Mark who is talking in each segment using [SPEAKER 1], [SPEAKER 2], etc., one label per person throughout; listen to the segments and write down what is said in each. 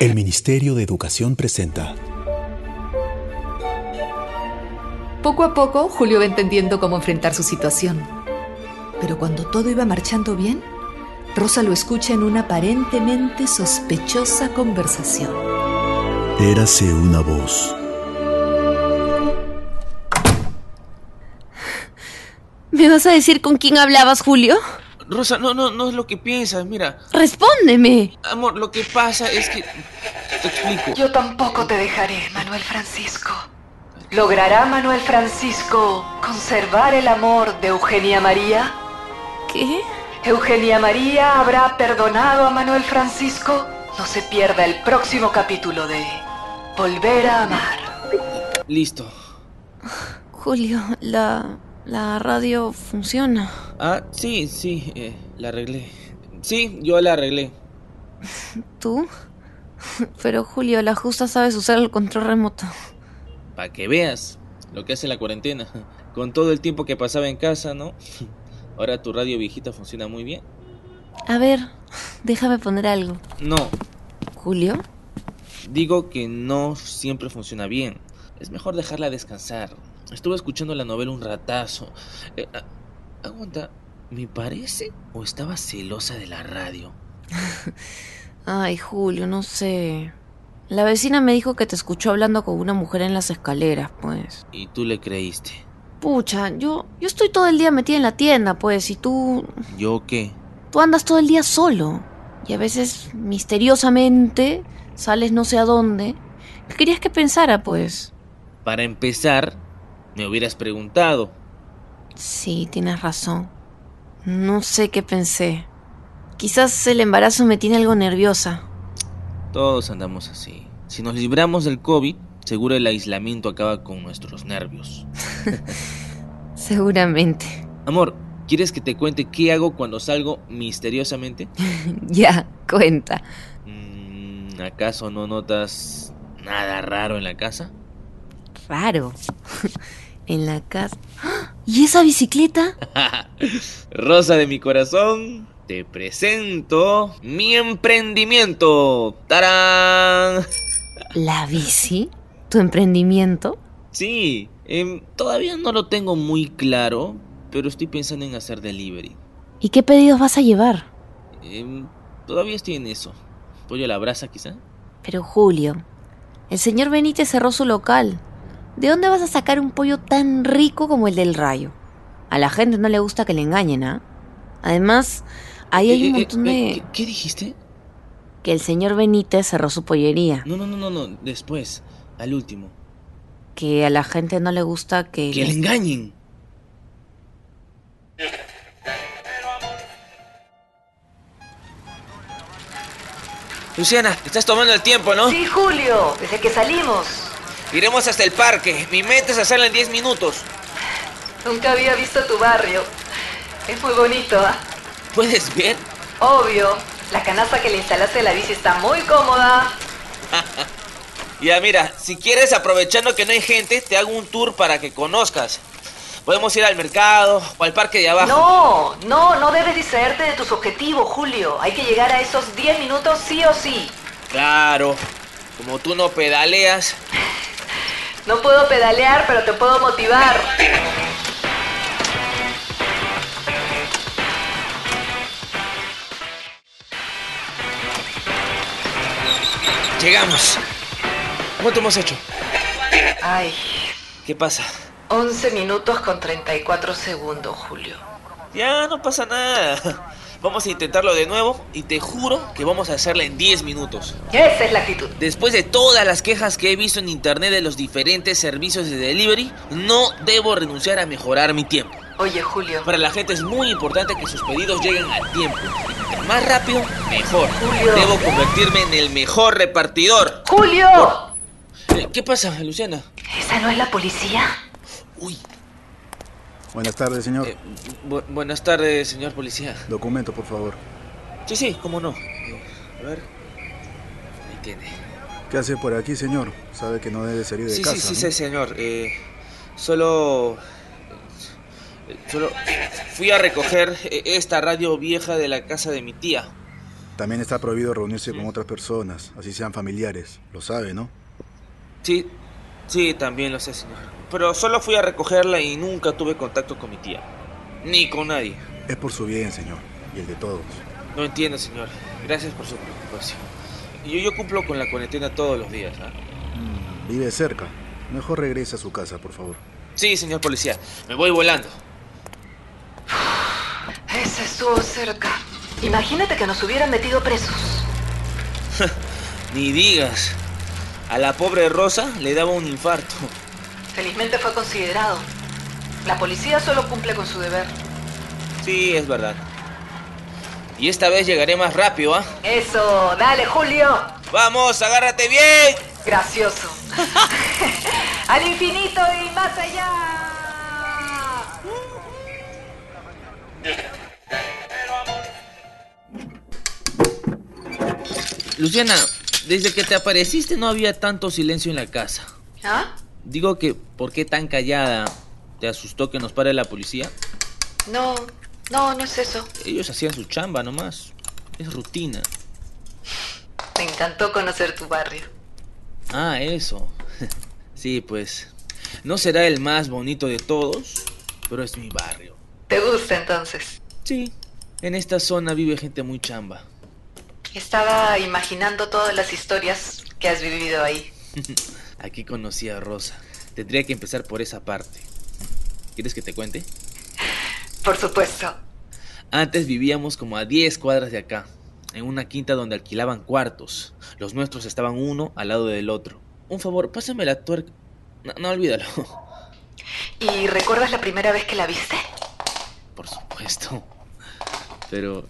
[SPEAKER 1] El Ministerio de Educación presenta.
[SPEAKER 2] Poco a poco, Julio va entendiendo cómo enfrentar su situación. Pero cuando todo iba marchando bien, Rosa lo escucha en una aparentemente sospechosa conversación.
[SPEAKER 1] Érase una voz.
[SPEAKER 3] ¿Me vas a decir con quién hablabas, Julio?
[SPEAKER 4] Rosa, no, no, no es lo que piensas, mira.
[SPEAKER 3] Respóndeme.
[SPEAKER 4] Amor, lo que pasa es que... Te explico.
[SPEAKER 2] Yo tampoco te dejaré, Manuel Francisco. ¿Logrará Manuel Francisco conservar el amor de Eugenia María?
[SPEAKER 3] ¿Qué?
[SPEAKER 2] ¿Eugenia María habrá perdonado a Manuel Francisco? No se pierda el próximo capítulo de Volver a Amar.
[SPEAKER 4] Listo.
[SPEAKER 3] Julio, la, la radio funciona.
[SPEAKER 4] Ah, sí, sí, eh, la arreglé. Sí, yo la arreglé.
[SPEAKER 3] ¿Tú? Pero Julio, la justa sabes usar el control remoto.
[SPEAKER 4] Para que veas lo que hace la cuarentena. Con todo el tiempo que pasaba en casa, ¿no? Ahora tu radio viejita funciona muy bien.
[SPEAKER 3] A ver, déjame poner algo.
[SPEAKER 4] No,
[SPEAKER 3] Julio,
[SPEAKER 4] digo que no siempre funciona bien. Es mejor dejarla descansar. Estuve escuchando la novela un ratazo. Eh, a- aguanta, ¿me parece o estaba celosa de la radio?
[SPEAKER 3] Ay, Julio, no sé. La vecina me dijo que te escuchó hablando con una mujer en las escaleras, pues.
[SPEAKER 4] Y tú le creíste.
[SPEAKER 3] Pucha, yo, yo estoy todo el día metida en la tienda, pues, y tú,
[SPEAKER 4] ¿Yo qué?
[SPEAKER 3] tú andas todo el día solo. Y a veces, misteriosamente, sales no sé a dónde. ¿Qué querías que pensara, pues?
[SPEAKER 4] Para empezar, me hubieras preguntado.
[SPEAKER 3] Sí, tienes razón. No sé qué pensé. Quizás el embarazo me tiene algo nerviosa.
[SPEAKER 4] Todos andamos así. Si nos libramos del COVID, seguro el aislamiento acaba con nuestros nervios.
[SPEAKER 3] Seguramente.
[SPEAKER 4] Amor, ¿quieres que te cuente qué hago cuando salgo misteriosamente?
[SPEAKER 3] ya, cuenta.
[SPEAKER 4] Mm, ¿Acaso no notas nada raro en la casa?
[SPEAKER 3] Raro. en la casa. ¡Ah! ¿Y esa bicicleta?
[SPEAKER 4] Rosa de mi corazón, te presento mi emprendimiento. ¡Tarán!
[SPEAKER 3] ¿La bici? ¿Tu emprendimiento?
[SPEAKER 4] Sí, em, todavía no lo tengo muy claro, pero estoy pensando en hacer delivery.
[SPEAKER 3] ¿Y qué pedidos vas a llevar?
[SPEAKER 4] Em, todavía estoy en eso. ¿Pollo a la brasa quizá?
[SPEAKER 3] Pero Julio, el señor Benítez cerró su local. ¿De dónde vas a sacar un pollo tan rico como el del rayo? A la gente no le gusta que le engañen, ¿ah? Además, ahí hay
[SPEAKER 4] Eh,
[SPEAKER 3] un
[SPEAKER 4] eh,
[SPEAKER 3] montón
[SPEAKER 4] eh,
[SPEAKER 3] de...
[SPEAKER 4] ¿qué, qué dijiste?
[SPEAKER 3] Que el señor Benítez cerró su pollería.
[SPEAKER 4] No, no, no, no, no, después, al último.
[SPEAKER 3] Que a la gente no le gusta que...
[SPEAKER 4] ¡Que le
[SPEAKER 3] les-
[SPEAKER 4] engañen! Luciana, estás tomando el tiempo, ¿no?
[SPEAKER 2] Sí, Julio, desde que salimos.
[SPEAKER 4] Iremos hasta el parque. Mi meta es hacerla en 10 minutos.
[SPEAKER 2] Nunca había visto tu barrio. Es muy bonito, ¿ah?
[SPEAKER 4] ¿Puedes ver?
[SPEAKER 2] Obvio, la canasta que le instalaste a la bici está muy cómoda.
[SPEAKER 4] Ya mira, si quieres, aprovechando que no hay gente, te hago un tour para que conozcas. Podemos ir al mercado o al parque de abajo.
[SPEAKER 2] No, no, no debes distraerte de tus objetivos, Julio. Hay que llegar a esos 10 minutos sí o sí.
[SPEAKER 4] Claro, como tú no pedaleas.
[SPEAKER 2] No puedo pedalear, pero te puedo motivar.
[SPEAKER 4] Llegamos. ¿Cuánto hemos hecho?
[SPEAKER 2] Ay,
[SPEAKER 4] ¿Qué pasa?
[SPEAKER 2] 11 minutos con 34 segundos, Julio.
[SPEAKER 4] Ya no pasa nada. Vamos a intentarlo de nuevo y te juro que vamos a hacerla en 10 minutos.
[SPEAKER 2] Esa es la actitud.
[SPEAKER 4] Después de todas las quejas que he visto en internet de los diferentes servicios de delivery, no debo renunciar a mejorar mi tiempo.
[SPEAKER 2] Oye, Julio.
[SPEAKER 4] Para la gente es muy importante que sus pedidos lleguen a tiempo. Mientras más rápido, mejor.
[SPEAKER 2] Julio.
[SPEAKER 4] Debo convertirme en el mejor repartidor.
[SPEAKER 2] ¡Julio!
[SPEAKER 4] Eh, ¿Qué pasa, Luciana?
[SPEAKER 2] ¿Esa no es la policía?
[SPEAKER 4] Uy.
[SPEAKER 5] Buenas tardes, señor.
[SPEAKER 4] eh, bu- buenas tardes, señor policía.
[SPEAKER 5] Documento, por favor.
[SPEAKER 4] Sí, sí, cómo no. Eh, A ver. Ahí tiene.
[SPEAKER 5] ¿Qué hace por aquí, señor? Sabe que no debe salir de
[SPEAKER 4] Sí,
[SPEAKER 5] casa.
[SPEAKER 4] sí, sí,
[SPEAKER 5] ¿no?
[SPEAKER 4] sí, señor. Eh, solo. eh, Solo fui a recoger eh, esta radio vieja de la casa de mi tía.
[SPEAKER 5] También está prohibido reunirse con otras personas, así sean familiares. Lo sabe, ¿no?
[SPEAKER 4] Sí, sí, también lo sé, señor. Pero solo fui a recogerla y nunca tuve contacto con mi tía. Ni con nadie.
[SPEAKER 5] Es por su bien, señor, y el de todos.
[SPEAKER 4] No entiendo, señor. Gracias por su preocupación. Yo, yo cumplo con la cuarentena todos los días. ¿ah?
[SPEAKER 5] Vive cerca. Mejor regrese a su casa, por favor.
[SPEAKER 4] Sí, señor policía. Me voy volando.
[SPEAKER 2] Ese estuvo cerca. Imagínate que nos hubieran metido presos.
[SPEAKER 4] Ni digas. A la pobre Rosa le daba un infarto.
[SPEAKER 2] Felizmente fue considerado. La policía solo cumple con su deber.
[SPEAKER 4] Sí, es verdad. Y esta vez llegaré más rápido, ¿ah?
[SPEAKER 2] Eso, dale, Julio.
[SPEAKER 4] ¡Vamos, agárrate bien!
[SPEAKER 2] Gracioso. Al infinito y más allá.
[SPEAKER 4] Luciana, desde que te apareciste no había tanto silencio en la casa.
[SPEAKER 2] ¿Ah?
[SPEAKER 4] Digo que, ¿por qué tan callada? ¿Te asustó que nos pare la policía?
[SPEAKER 2] No, no, no es eso.
[SPEAKER 4] Ellos hacían su chamba nomás. Es rutina.
[SPEAKER 2] Me encantó conocer tu barrio.
[SPEAKER 4] Ah, eso. Sí, pues. No será el más bonito de todos, pero es mi barrio.
[SPEAKER 2] ¿Te gusta entonces?
[SPEAKER 4] Sí, en esta zona vive gente muy chamba.
[SPEAKER 2] Estaba imaginando todas las historias que has vivido ahí.
[SPEAKER 4] Aquí conocí a Rosa. Tendría que empezar por esa parte. ¿Quieres que te cuente?
[SPEAKER 2] Por supuesto.
[SPEAKER 4] Antes vivíamos como a 10 cuadras de acá, en una quinta donde alquilaban cuartos. Los nuestros estaban uno al lado del otro. Un favor, pásame la tuerca. No, no, olvídalo.
[SPEAKER 2] ¿Y recuerdas la primera vez que la viste?
[SPEAKER 4] Por supuesto. Pero...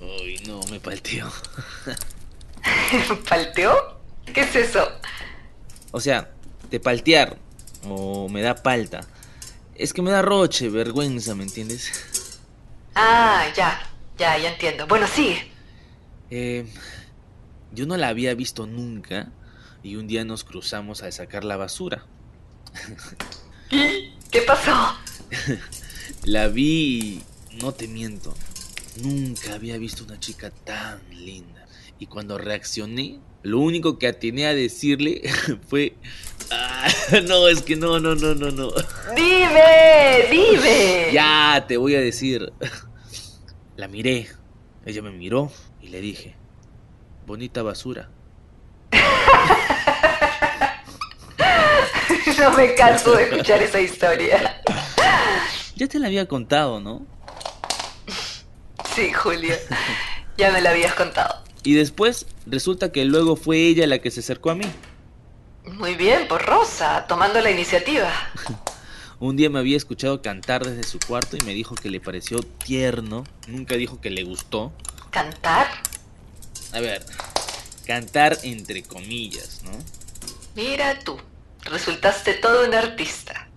[SPEAKER 4] Uy, no, me palteó.
[SPEAKER 2] ¿Palteó? ¿Qué es eso?
[SPEAKER 4] O sea, de paltear. O me da palta. Es que me da roche, vergüenza, ¿me entiendes?
[SPEAKER 2] Ah, ya, ya, ya entiendo. Bueno, sigue.
[SPEAKER 4] Eh, yo no la había visto nunca y un día nos cruzamos al sacar la basura.
[SPEAKER 2] ¿Qué pasó?
[SPEAKER 4] La vi y no te miento. Nunca había visto una chica tan linda. Y cuando reaccioné, lo único que atiné a decirle fue... "Ah, no, es que no, no, no, no, no.
[SPEAKER 2] Dime, dime.
[SPEAKER 4] Ya te voy a decir. La miré. Ella me miró y le dije, bonita basura.
[SPEAKER 2] No me canso de escuchar esa historia.
[SPEAKER 4] Ya te la había contado, ¿no?
[SPEAKER 2] Sí, Julio. Ya me la habías contado.
[SPEAKER 4] Y después resulta que luego fue ella la que se acercó a mí.
[SPEAKER 2] Muy bien, por Rosa, tomando la iniciativa.
[SPEAKER 4] Un día me había escuchado cantar desde su cuarto y me dijo que le pareció tierno. Nunca dijo que le gustó.
[SPEAKER 2] ¿Cantar?
[SPEAKER 4] A ver, cantar entre comillas, ¿no?
[SPEAKER 2] Mira tú, resultaste todo un artista.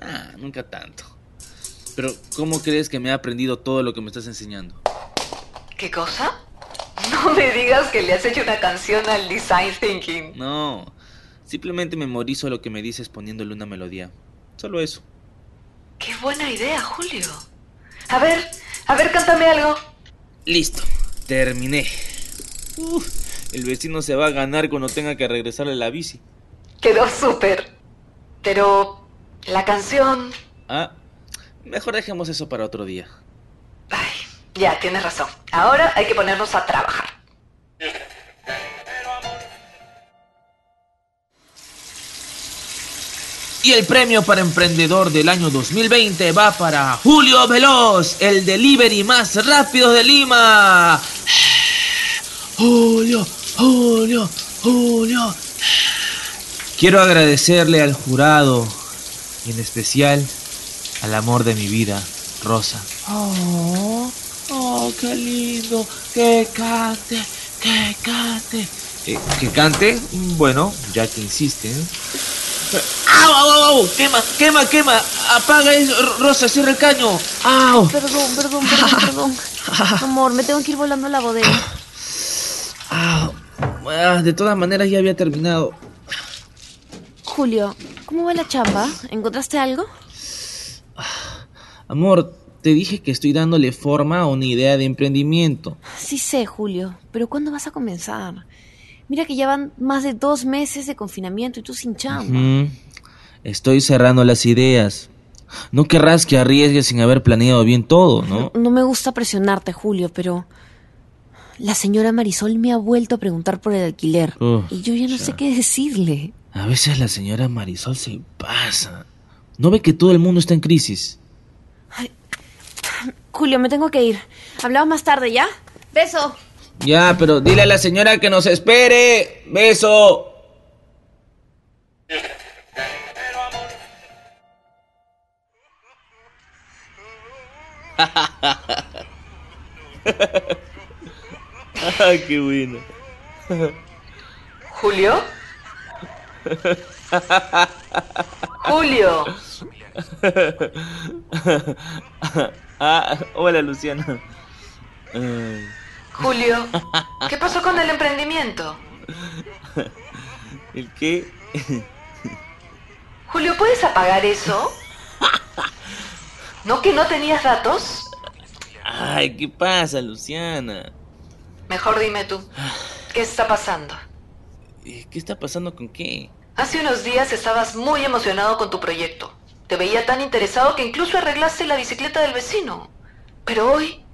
[SPEAKER 4] Ah, nunca tanto. Pero, ¿cómo crees que me ha aprendido todo lo que me estás enseñando?
[SPEAKER 2] ¿Qué cosa? No me digas que le has hecho una canción al Design Thinking.
[SPEAKER 4] No, simplemente memorizo lo que me dices poniéndole una melodía. Solo eso.
[SPEAKER 2] Qué buena idea, Julio. A ver, a ver, cántame algo.
[SPEAKER 4] Listo, terminé. Uf, el vecino se va a ganar cuando tenga que regresarle la bici.
[SPEAKER 2] Quedó súper. Pero la canción...
[SPEAKER 4] Ah, mejor dejemos eso para otro día.
[SPEAKER 2] Ay, ya, tienes razón. Ahora hay que ponernos a trabajar.
[SPEAKER 4] Y el premio para emprendedor del año 2020 va para Julio Veloz, el delivery más rápido de Lima. Julio, Julio, Julio. Quiero agradecerle al jurado y en especial al amor de mi vida, Rosa. Oh, oh, qué lindo, que cante, que cante. Eh, que cante, bueno, ya que ¿eh? insisten. ¡Au, au, au! ¡Quema, quema, quema! ¡Apaga eso, R- Rosa, cierra el caño! ¡Au!
[SPEAKER 3] Perdón, perdón, perdón, perdón. Amor, me tengo que ir volando a la bodega.
[SPEAKER 4] ¡Au! Ah, de todas maneras ya había terminado.
[SPEAKER 3] Julio, ¿cómo va la chamba? ¿Encontraste algo?
[SPEAKER 4] Amor, Te dije que estoy dándole forma a una idea de emprendimiento.
[SPEAKER 3] Sí sé, Julio, pero ¿cuándo vas a comenzar? Mira que ya van más de dos meses de confinamiento y tú sin chamba.
[SPEAKER 4] Mm, Estoy cerrando las ideas. No querrás que arriesgues sin haber planeado bien todo, ¿no?
[SPEAKER 3] No me gusta presionarte, Julio, pero la señora Marisol me ha vuelto a preguntar por el alquiler
[SPEAKER 4] Uf,
[SPEAKER 3] y yo ya no
[SPEAKER 4] ya.
[SPEAKER 3] sé qué decirle.
[SPEAKER 4] A veces la señora Marisol se pasa. ¿No ve que todo el mundo está en crisis?
[SPEAKER 3] Julio, me tengo que ir. Hablamos más tarde, ¿ya? Beso.
[SPEAKER 4] Ya, pero dile a la señora que nos espere. Beso. qué bueno.
[SPEAKER 2] ¿Julio? Julio.
[SPEAKER 4] Ah, hola Luciana. Eh, Ay,
[SPEAKER 2] Julio, ¿qué pasó con el emprendimiento?
[SPEAKER 4] ¿El qué?
[SPEAKER 2] Julio, ¿puedes apagar eso? ¿No que no tenías datos?
[SPEAKER 4] Ay, ¿qué pasa, Luciana?
[SPEAKER 2] Mejor dime tú, ¿qué está pasando?
[SPEAKER 4] Eh, ¿Qué está pasando con qué?
[SPEAKER 2] Hace unos días estabas muy emocionado con tu proyecto. Te veía tan interesado que incluso arreglaste la bicicleta del vecino. Pero hoy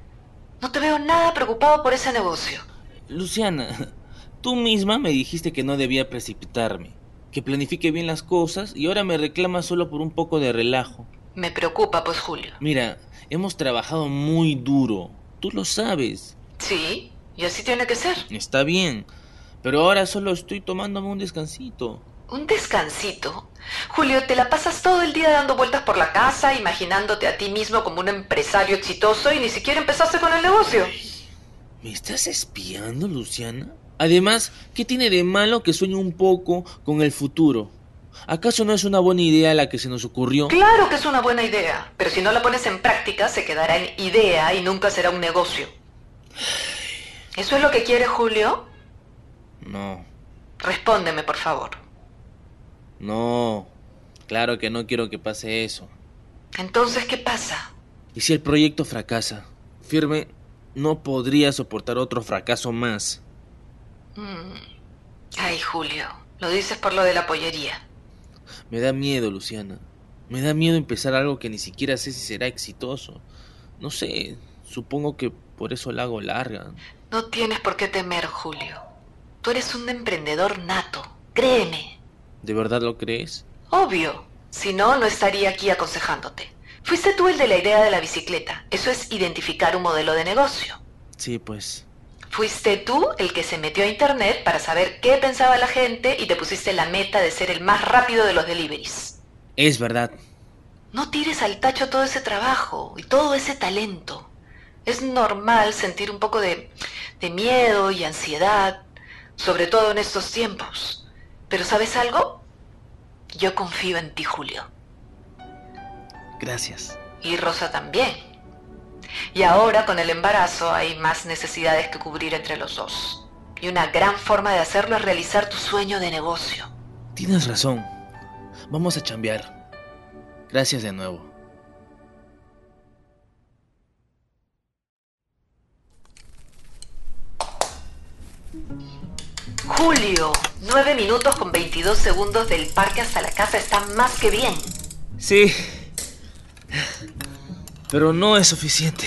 [SPEAKER 2] no te veo nada preocupado por ese negocio.
[SPEAKER 4] Luciana, tú misma me dijiste que no debía precipitarme, que planifique bien las cosas y ahora me reclamas solo por un poco de relajo.
[SPEAKER 2] Me preocupa, pues, Julio.
[SPEAKER 4] Mira, hemos trabajado muy duro, tú lo sabes,
[SPEAKER 2] Sí, y así tiene que ser.
[SPEAKER 4] está bien, pero ahora solo estoy tomándome un descansito.
[SPEAKER 2] ¿Un descansito? Julio, te la pasas todo el día dando vueltas por la casa, imaginándote a ti mismo como un empresario exitoso y ni siquiera empezaste con el negocio.
[SPEAKER 4] ¿Me estás espiando, Luciana? Además, ¿qué tiene de malo que sueñe un poco con el futuro? ¿Acaso no es una buena idea la que se nos ocurrió?
[SPEAKER 2] Claro que es una buena idea, pero si no la pones en práctica se quedará en idea y nunca será un negocio. ¿Eso es lo que quiere Julio?
[SPEAKER 4] No,
[SPEAKER 2] Respóndeme, por favor.
[SPEAKER 4] no, claro que no quiero que pase eso.
[SPEAKER 2] Entonces, ¿qué pasa?
[SPEAKER 4] ¿Y si el proyecto fracasa? Firme no podría soportar otro fracaso más.
[SPEAKER 2] Mm. Ay, Julio, lo dices por lo de la pollería.
[SPEAKER 4] Me da miedo, Luciana. Me da miedo empezar algo que ni siquiera sé si será exitoso. No sé, supongo que por eso la hago larga.
[SPEAKER 2] No tienes por qué temer, Julio. Tú eres un emprendedor nato, créeme.
[SPEAKER 4] ¿De verdad lo crees?
[SPEAKER 2] Obvio, si no, no estaría aquí aconsejándote. Fuiste tú el de la idea de la bicicleta, eso es identificar un modelo de negocio.
[SPEAKER 4] Sí, pues.
[SPEAKER 2] Fuiste tú el que se metió a internet para saber qué pensaba la gente y te pusiste la meta de ser el más rápido de los deliveries.
[SPEAKER 4] Es verdad.
[SPEAKER 2] No tires al tacho todo ese trabajo y todo ese talento. Es normal sentir un poco de, de miedo y ansiedad, sobre todo en estos tiempos. Pero ¿sabes algo? Yo confío en ti, Julio.
[SPEAKER 4] Gracias.
[SPEAKER 2] Y Rosa también. Y ahora con el embarazo hay más necesidades que cubrir entre los dos. Y una gran forma de hacerlo es realizar tu sueño de negocio.
[SPEAKER 4] Tienes razón. Vamos a chambear. Gracias de nuevo.
[SPEAKER 2] Julio, 9 minutos con 22 segundos del parque hasta la casa está más que bien.
[SPEAKER 4] Sí. Pero no es suficiente.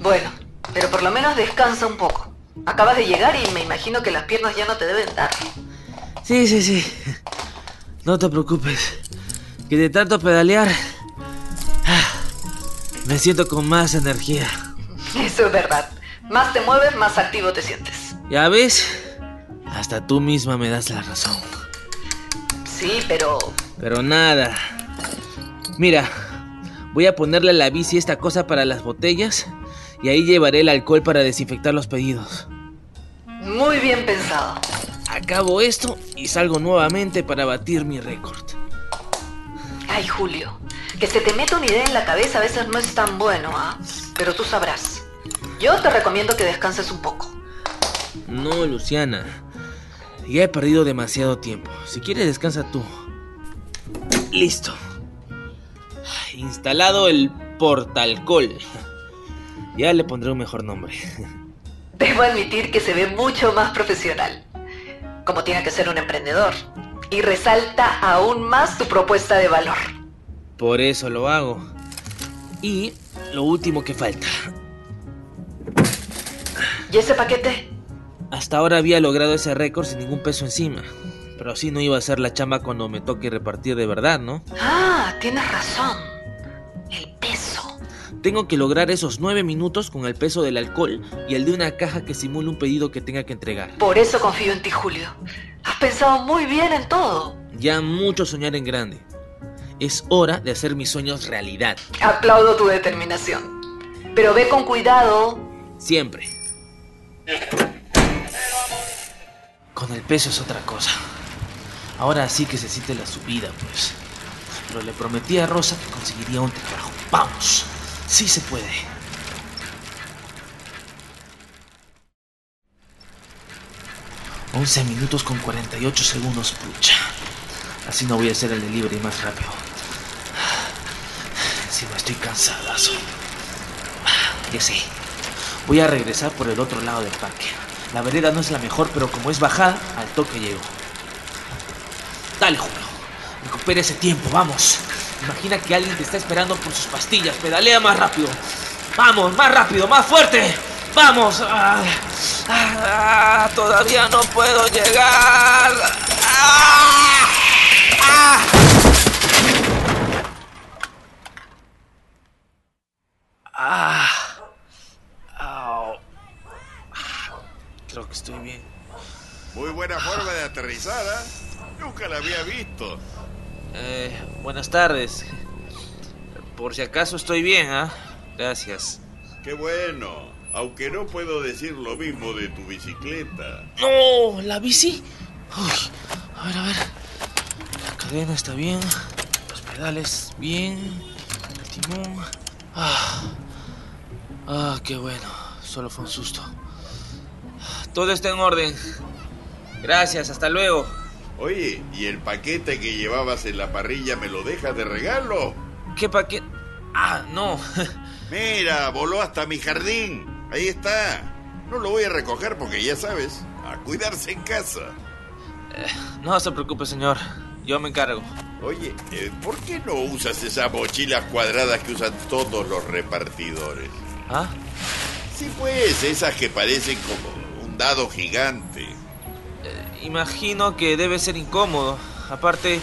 [SPEAKER 2] Bueno, pero por lo menos descansa un poco. Acabas de llegar y me imagino que las piernas ya no te deben dar.
[SPEAKER 4] Sí, sí, sí. No te preocupes. Que de tanto pedalear, ah, me siento con más energía.
[SPEAKER 2] Eso es verdad. Más te mueves, más activo te sientes.
[SPEAKER 4] ¿Ya ves? Hasta tú misma me das la razón.
[SPEAKER 2] Sí, pero...
[SPEAKER 4] Pero nada. Mira, voy a ponerle a la bici esta cosa para las botellas y ahí llevaré el alcohol para desinfectar los pedidos.
[SPEAKER 2] Muy bien pensado.
[SPEAKER 4] Acabo esto y salgo nuevamente para batir mi récord.
[SPEAKER 2] Ay, Julio, que se te meta una idea en la cabeza a veces no es tan bueno, ¿ah? Pero tú sabrás. Yo te recomiendo que descanses un poco.
[SPEAKER 4] No, Luciana. Ya he perdido demasiado tiempo. Si quieres, descansa tú. Listo. Instalado el Portalcol. Ya le pondré un mejor nombre.
[SPEAKER 2] Debo admitir que se ve mucho más profesional, como tiene que ser un emprendedor, y resalta aún más su propuesta de valor.
[SPEAKER 4] Por eso lo hago. Y lo último que falta.
[SPEAKER 2] ¿Y ese paquete?
[SPEAKER 4] Hasta ahora había logrado ese récord sin ningún peso encima. Pero así no iba a ser la chamba cuando me toque repartir de verdad, ¿no?
[SPEAKER 2] Ah, tienes razón. El peso.
[SPEAKER 4] Tengo que lograr esos nueve minutos con el peso del alcohol y el de una caja que simule un pedido que tenga que entregar.
[SPEAKER 2] Por eso confío en ti, Julio. Has pensado muy bien en todo.
[SPEAKER 4] Ya mucho soñar en grande. Es hora de hacer mis sueños realidad.
[SPEAKER 2] Aplaudo tu determinación. Pero ve con cuidado.
[SPEAKER 4] Siempre. Con el peso es otra cosa. Ahora sí que se siente la subida, pues. Pero le prometí a Rosa que conseguiría un trabajo. Vamos. Sí se puede. Once minutos con 48 segundos, pucha. Así no voy a ser el delivery más rápido. Si no estoy cansadazo. Ya sé. Voy a regresar por el otro lado del parque. La vereda no es la mejor, pero como es bajada, al toque llego. Dale, Julio. Recupera ese tiempo, vamos. Imagina que alguien te está esperando por sus pastillas. Pedalea más rápido. Vamos, más rápido, más fuerte. Vamos. Ah, ah, ah, todavía no puedo llegar. Ah, ah. Ah. Au. Ah, Creo que estoy bien.
[SPEAKER 6] Muy buena forma de aterrizar, ¿ah? Nunca la había visto.
[SPEAKER 4] Eh, buenas tardes. Por si acaso estoy bien, ¿ah? Gracias.
[SPEAKER 6] Qué bueno. Aunque no puedo decir lo mismo de tu bicicleta.
[SPEAKER 4] ¡No! ¿La bici? Uy, a ver, a ver. La cadena está bien. Los pedales bien. El timón. Ah, ah qué bueno. Solo fue un susto. Todo está en orden. Gracias, hasta luego.
[SPEAKER 6] Oye, ¿y el paquete que llevabas en la parrilla me lo dejas de regalo?
[SPEAKER 4] ¿Qué paquete? Ah, no.
[SPEAKER 6] Mira, voló hasta mi jardín. Ahí está. No lo voy a recoger porque ya sabes, a cuidarse en casa.
[SPEAKER 4] No se preocupe, señor. Yo me encargo.
[SPEAKER 6] Oye, eh, ¿por qué no usas esas mochilas cuadradas que usan todos los repartidores?
[SPEAKER 4] ¿Ah?
[SPEAKER 6] Sí, pues, esas que parecen como un dado gigante.
[SPEAKER 4] Imagino que debe ser incómodo. Aparte,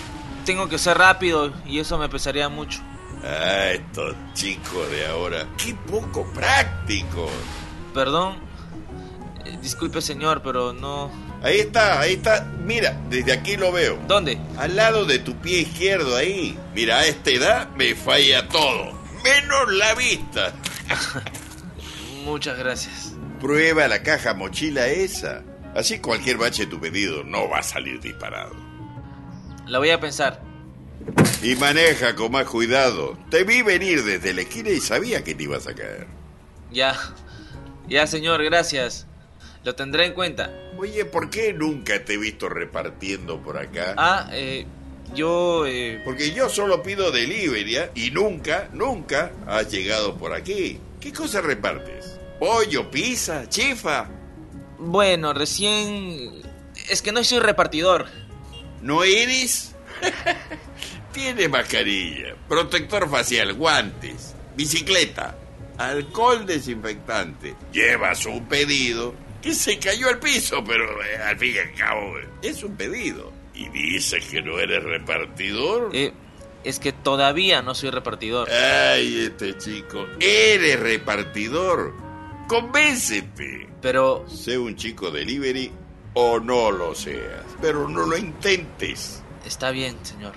[SPEAKER 4] tengo que ser rápido y eso me pesaría mucho.
[SPEAKER 6] Ah, estos chicos de ahora, qué poco prácticos.
[SPEAKER 4] Perdón. Eh, Disculpe, señor, pero no...
[SPEAKER 6] Ahí está, ahí está. Mira, desde aquí lo veo.
[SPEAKER 4] ¿Dónde?
[SPEAKER 6] Al lado de tu pie izquierdo ahí. Mira, a esta edad me falla todo, menos la vista.
[SPEAKER 4] Muchas gracias.
[SPEAKER 6] Prueba la caja mochila esa. Así cualquier bache de tu pedido no va a salir disparado.
[SPEAKER 4] La voy a pensar.
[SPEAKER 6] Y maneja con más cuidado. Te vi venir desde la esquina y sabía que te ibas a caer.
[SPEAKER 4] Ya. Ya, señor, gracias. Lo tendré en cuenta.
[SPEAKER 6] Oye, ¿por qué nunca te he visto repartiendo por acá?
[SPEAKER 4] Ah, eh, yo... eh,
[SPEAKER 6] Porque yo solo pido delivery ¿ah? y nunca, nunca has llegado por aquí. ¿Qué cosa repartes? ¿Pollo, pizza, chifa?
[SPEAKER 4] bueno, recién... Es que no soy repartidor.
[SPEAKER 6] ¿No eres? Tiene mascarilla, protector facial, guantes, bicicleta, alcohol desinfectante. Llevas un pedido que se cayó al piso, pero eh, al fin y al cabo eh, es un pedido. ¿Y dices que no eres repartidor?
[SPEAKER 4] Eh, es que todavía no soy repartidor.
[SPEAKER 6] Ay, este chico, eres repartidor. Convéncete.
[SPEAKER 4] Pero
[SPEAKER 6] Sé un chico delivery o no lo seas, pero no lo intentes.
[SPEAKER 4] está bien, señor.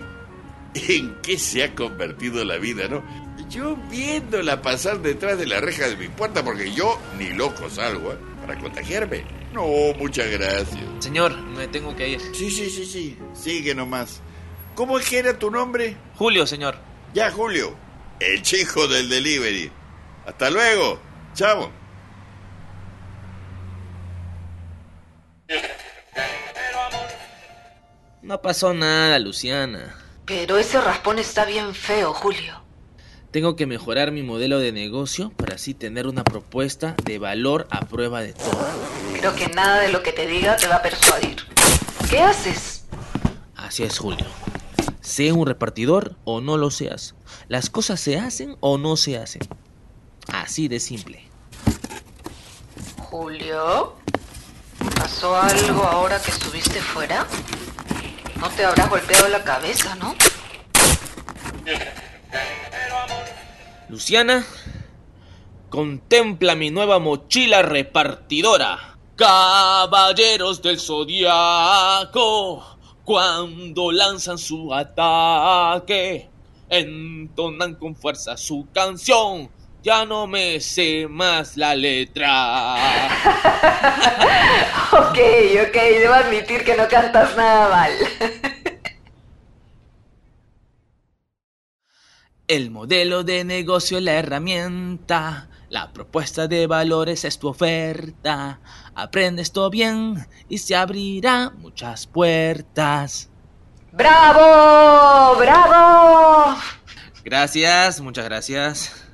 [SPEAKER 6] ¿En qué se ha convertido la vida, no? Yo viéndola pasar detrás de la reja de mi puerta porque yo ni loco salgo ¿eh? para contagiarme. No, muchas gracias.
[SPEAKER 4] Señor, me tengo que ir.
[SPEAKER 6] Sí, sí, sí, sí. Sigue nomás. ¿Cómo es que era tu nombre?
[SPEAKER 4] Julio, señor.
[SPEAKER 6] Ya, Julio. El chico del delivery. Hasta luego. Chao.
[SPEAKER 4] No pasó nada, Luciana.
[SPEAKER 2] Pero ese raspón está bien feo, Julio.
[SPEAKER 4] Tengo que mejorar mi modelo de negocio para así tener una propuesta de valor a prueba de todo.
[SPEAKER 2] Creo que nada de lo que te diga te va a persuadir. ¿Qué haces?
[SPEAKER 4] Así es, Julio. Sea un repartidor o no lo seas. Las cosas se hacen o no se hacen. Así de simple.
[SPEAKER 2] Julio, ¿pasó algo ahora que estuviste fuera? No te habrás golpeado la cabeza, ¿no?
[SPEAKER 4] Luciana, contempla mi nueva mochila repartidora. Caballeros del zodiaco, cuando lanzan su ataque, entonan con fuerza su canción. Ya no me sé más la letra.
[SPEAKER 2] Ok, ok, debo admitir que no cantas nada mal.
[SPEAKER 4] El modelo de negocio es la herramienta. La propuesta de valores es tu oferta. Aprende esto bien y se abrirá muchas puertas.
[SPEAKER 2] ¡Bravo! ¡Bravo!
[SPEAKER 4] Gracias, muchas gracias.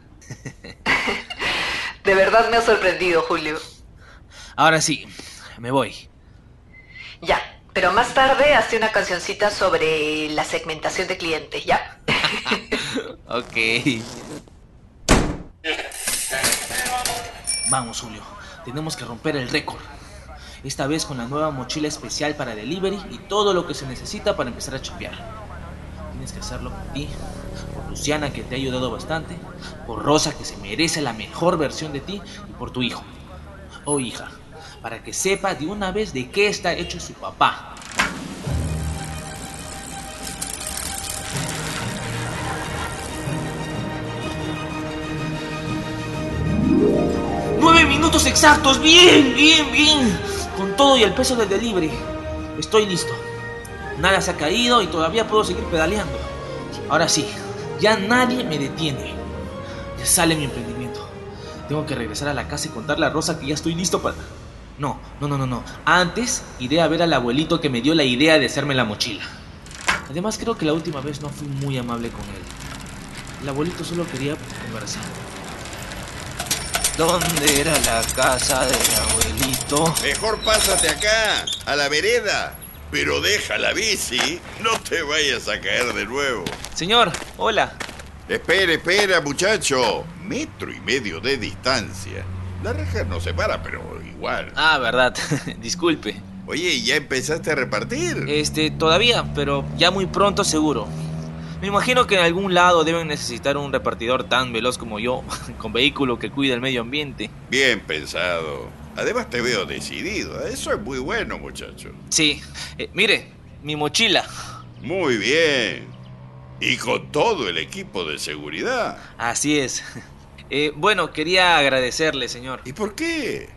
[SPEAKER 2] De verdad me ha sorprendido, Julio.
[SPEAKER 4] Ahora sí, me voy.
[SPEAKER 2] Ya, pero más tarde hace una cancioncita sobre la segmentación de clientes, ¿ya?
[SPEAKER 4] Ok. Vamos, Julio. Tenemos que romper el récord. Esta vez con la nueva mochila especial para delivery y todo lo que se necesita para empezar a chambear. Tienes que hacerlo por ti, por Luciana que te ha ayudado bastante, por Rosa que se merece la mejor versión de ti y por tu hijo o hija, para que sepa de una vez de qué está hecho su papá. Nueve minutos exactos, bien, bien, bien. Con todo y el peso del delivery. Estoy listo. Nada se ha caído y todavía puedo seguir pedaleando. Ahora sí, ya nadie me detiene. Ya sale mi emprendimiento. Tengo que regresar a la casa y contarle a Rosa que ya estoy listo para... No, no, no, no, no. Antes iré a ver al abuelito que me dio la idea de hacerme la mochila. Además creo que la última vez no fui muy amable con él. El abuelito solo quería conversar. ¿Dónde era la casa del abuelito?
[SPEAKER 6] Mejor pásate acá, a la vereda. Pero deja la bici, no te vayas a caer de nuevo.
[SPEAKER 4] Señor, hola.
[SPEAKER 6] Espera, espera, muchacho. Metro y medio de distancia. La reja no separa, pero igual.
[SPEAKER 4] Ah, verdad. Disculpe.
[SPEAKER 6] Oye, ¿ya empezaste a repartir?
[SPEAKER 4] Este, todavía, pero ya muy pronto seguro. Me imagino que en algún lado deben necesitar un repartidor tan veloz como yo, con vehículo que cuida el medio ambiente.
[SPEAKER 6] Bien pensado. Además te veo decidido. Eso es muy bueno, muchacho.
[SPEAKER 4] Sí. Eh, mire, mi mochila.
[SPEAKER 6] Muy bien. Y con todo el equipo de seguridad.
[SPEAKER 4] Así es. Eh, bueno, quería agradecerle, señor,
[SPEAKER 6] ¿Y por qué?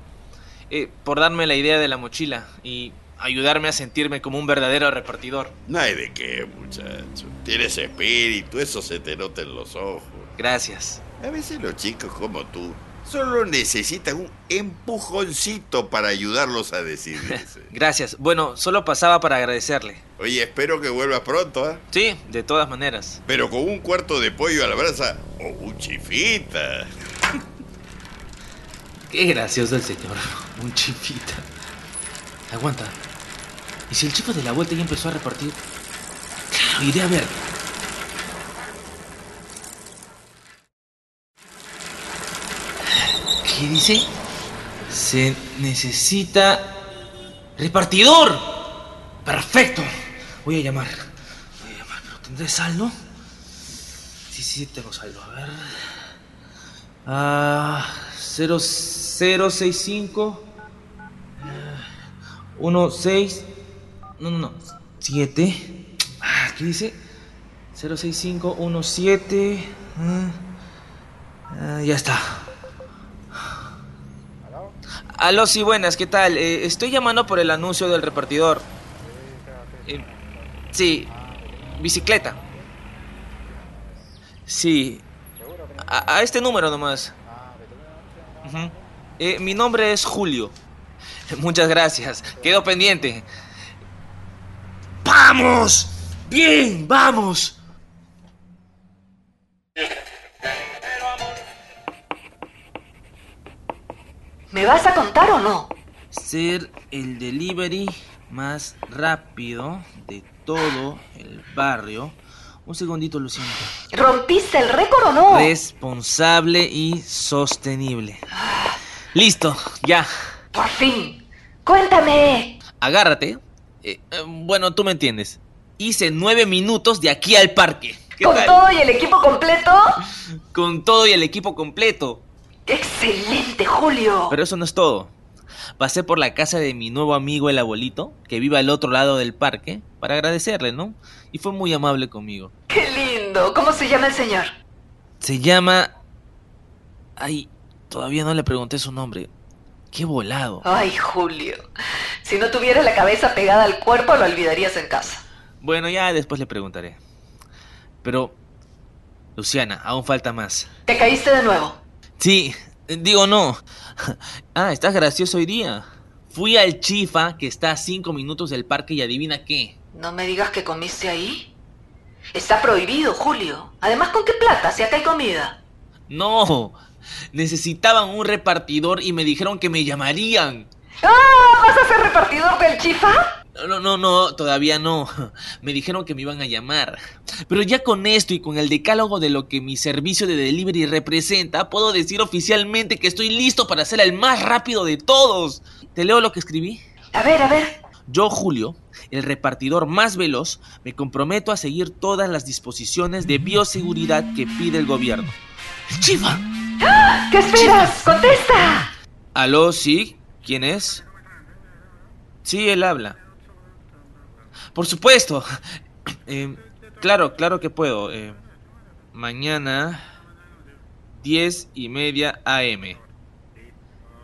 [SPEAKER 4] eh, por darme la idea de la mochila y ayudarme a sentirme como un verdadero repartidor.
[SPEAKER 6] No hay de qué, muchacho. Tienes espíritu, eso se te nota en los ojos.
[SPEAKER 4] Gracias.
[SPEAKER 6] A veces los chicos como tú solo necesitan un empujoncito para ayudarlos a decidirse.
[SPEAKER 4] Gracias. Bueno, solo pasaba para agradecerle.
[SPEAKER 6] Oye, espero que vuelvas pronto, ¿ah?
[SPEAKER 4] Sí, de todas maneras.
[SPEAKER 6] Pero con un cuarto de pollo a la brasa o un chifita.
[SPEAKER 4] Qué gracioso el señor. Un chipita. Aguanta. ¿Y si el chico de la vuelta ya empezó a repartir? Claro, iré a ver. ¿Qué dice? Se necesita... ¡Repartidor! Perfecto. Voy a llamar. Voy a llamar, pero ¿tendré saldo? Sí, sí, tengo saldo. A ver. Ah, 0065 16 Ah, No, no, no 7 ah, ¿Qué dice? 065 17 ah, ah, Ya está Aló, sí, buenas, ¿qué tal? Eh, estoy llamando por el anuncio del repartidor Eh, Sí, bicicleta Sí, a, a este número nomás Ujú. Eh, mi nombre es Julio. Muchas gracias. Quedo pendiente. ¡Vamos! ¡Bien! ¡Vamos!
[SPEAKER 2] ¿Me vas a contar o no?
[SPEAKER 4] Ser el delivery más rápido de todo el barrio. Un segundito, Luciano.
[SPEAKER 2] ¿Rompiste el récord o no?
[SPEAKER 4] Responsable y sostenible. Listo, ya.
[SPEAKER 2] Por fin. Cuéntame.
[SPEAKER 4] Agárrate. Eh, eh, bueno, tú me entiendes. Hice nueve minutos de aquí al parque. ¿Qué
[SPEAKER 2] ¿Con
[SPEAKER 4] tal?
[SPEAKER 2] todo y el equipo completo?
[SPEAKER 4] Con todo y el equipo completo.
[SPEAKER 2] ¡Excelente, Julio!
[SPEAKER 4] Pero eso no es todo. Pasé por la casa de mi nuevo amigo el abuelito, que vive al otro lado del parque, para agradecerle, ¿no? Y fue muy amable conmigo.
[SPEAKER 2] ¡Qué lindo! ¿Cómo se llama el señor?
[SPEAKER 4] Se llama... Ay, todavía no le pregunté su nombre. Qué volado.
[SPEAKER 2] Ay, Julio. Si no tuviera la cabeza pegada al cuerpo, lo olvidarías en casa.
[SPEAKER 4] Bueno, ya después le preguntaré. Pero... Luciana, aún falta más.
[SPEAKER 2] Te caíste de nuevo.
[SPEAKER 4] Sí, digo no. Ah, estás gracioso hoy día. Fui al Chifa, que está a cinco minutos del parque, y adivina qué.
[SPEAKER 2] No me digas que comiste ahí. Está prohibido, Julio. Además, ¿con qué plata? Si acá hay comida.
[SPEAKER 4] No, necesitaban un repartidor y me dijeron que me llamarían.
[SPEAKER 2] ¡Ah! ¿Vas a ser repartidor del chifa?
[SPEAKER 4] No, No, no, no, todavía no. Me dijeron que me iban a llamar. Pero ya con esto y con el decálogo de lo que mi servicio de delivery representa, puedo decir oficialmente que estoy listo para ser el más rápido de todos. ¿Te leo lo que escribí?
[SPEAKER 2] A ver, a ver.
[SPEAKER 4] Yo, Julio, el repartidor más veloz, me comprometo a seguir todas las disposiciones de bioseguridad que pide el gobierno. ¡Chifa!
[SPEAKER 2] ¿Qué esperas? ¡Contesta!
[SPEAKER 4] ¿Aló, sí? ¿Quién es? Sí, él habla. Por supuesto. Eh, claro, claro que puedo. Eh, mañana, 10 y media AM.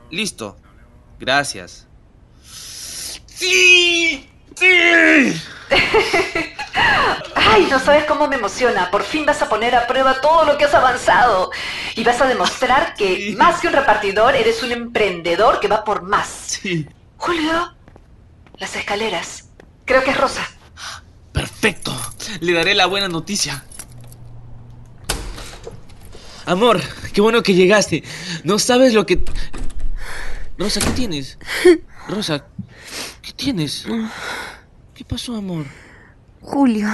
[SPEAKER 4] Listo. Gracias. ¡Sí! ¡Sí!
[SPEAKER 2] Ay, no sabes cómo me emociona. Por fin vas a poner a prueba todo lo que has avanzado. Y vas a demostrar que, más que un repartidor, eres un emprendedor que va por más.
[SPEAKER 4] Sí.
[SPEAKER 2] Julio, las escaleras. Creo que es Rosa.
[SPEAKER 4] Perfecto. Le daré la buena noticia. Amor, qué bueno que llegaste. No sabes lo que... Rosa, ¿qué tienes? Rosa, ¿qué tienes? ¿Qué pasó, amor?
[SPEAKER 3] Julio,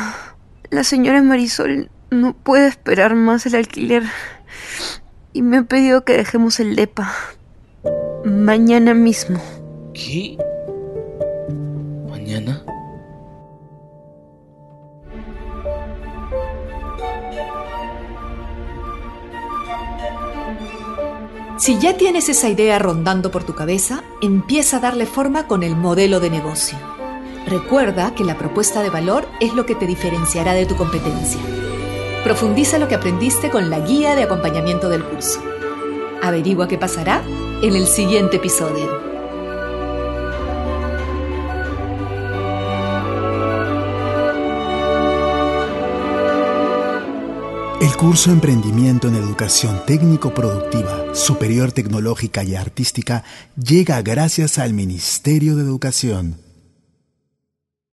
[SPEAKER 3] la señora Marisol no puede esperar más el alquiler y me ha pedido que dejemos el DEPA mañana mismo.
[SPEAKER 4] ¿Qué? ¿Mañana?
[SPEAKER 2] Si ya tienes esa idea rondando por tu cabeza, empieza a darle forma con el modelo de negocio. Recuerda que la propuesta de valor es lo que te diferenciará de tu competencia. Profundiza lo que aprendiste con la guía de acompañamiento del curso. Averigua qué pasará en el siguiente episodio.
[SPEAKER 1] El curso Emprendimiento en Educación Técnico-Productiva, Superior Tecnológica y Artística llega gracias al Ministerio de Educación.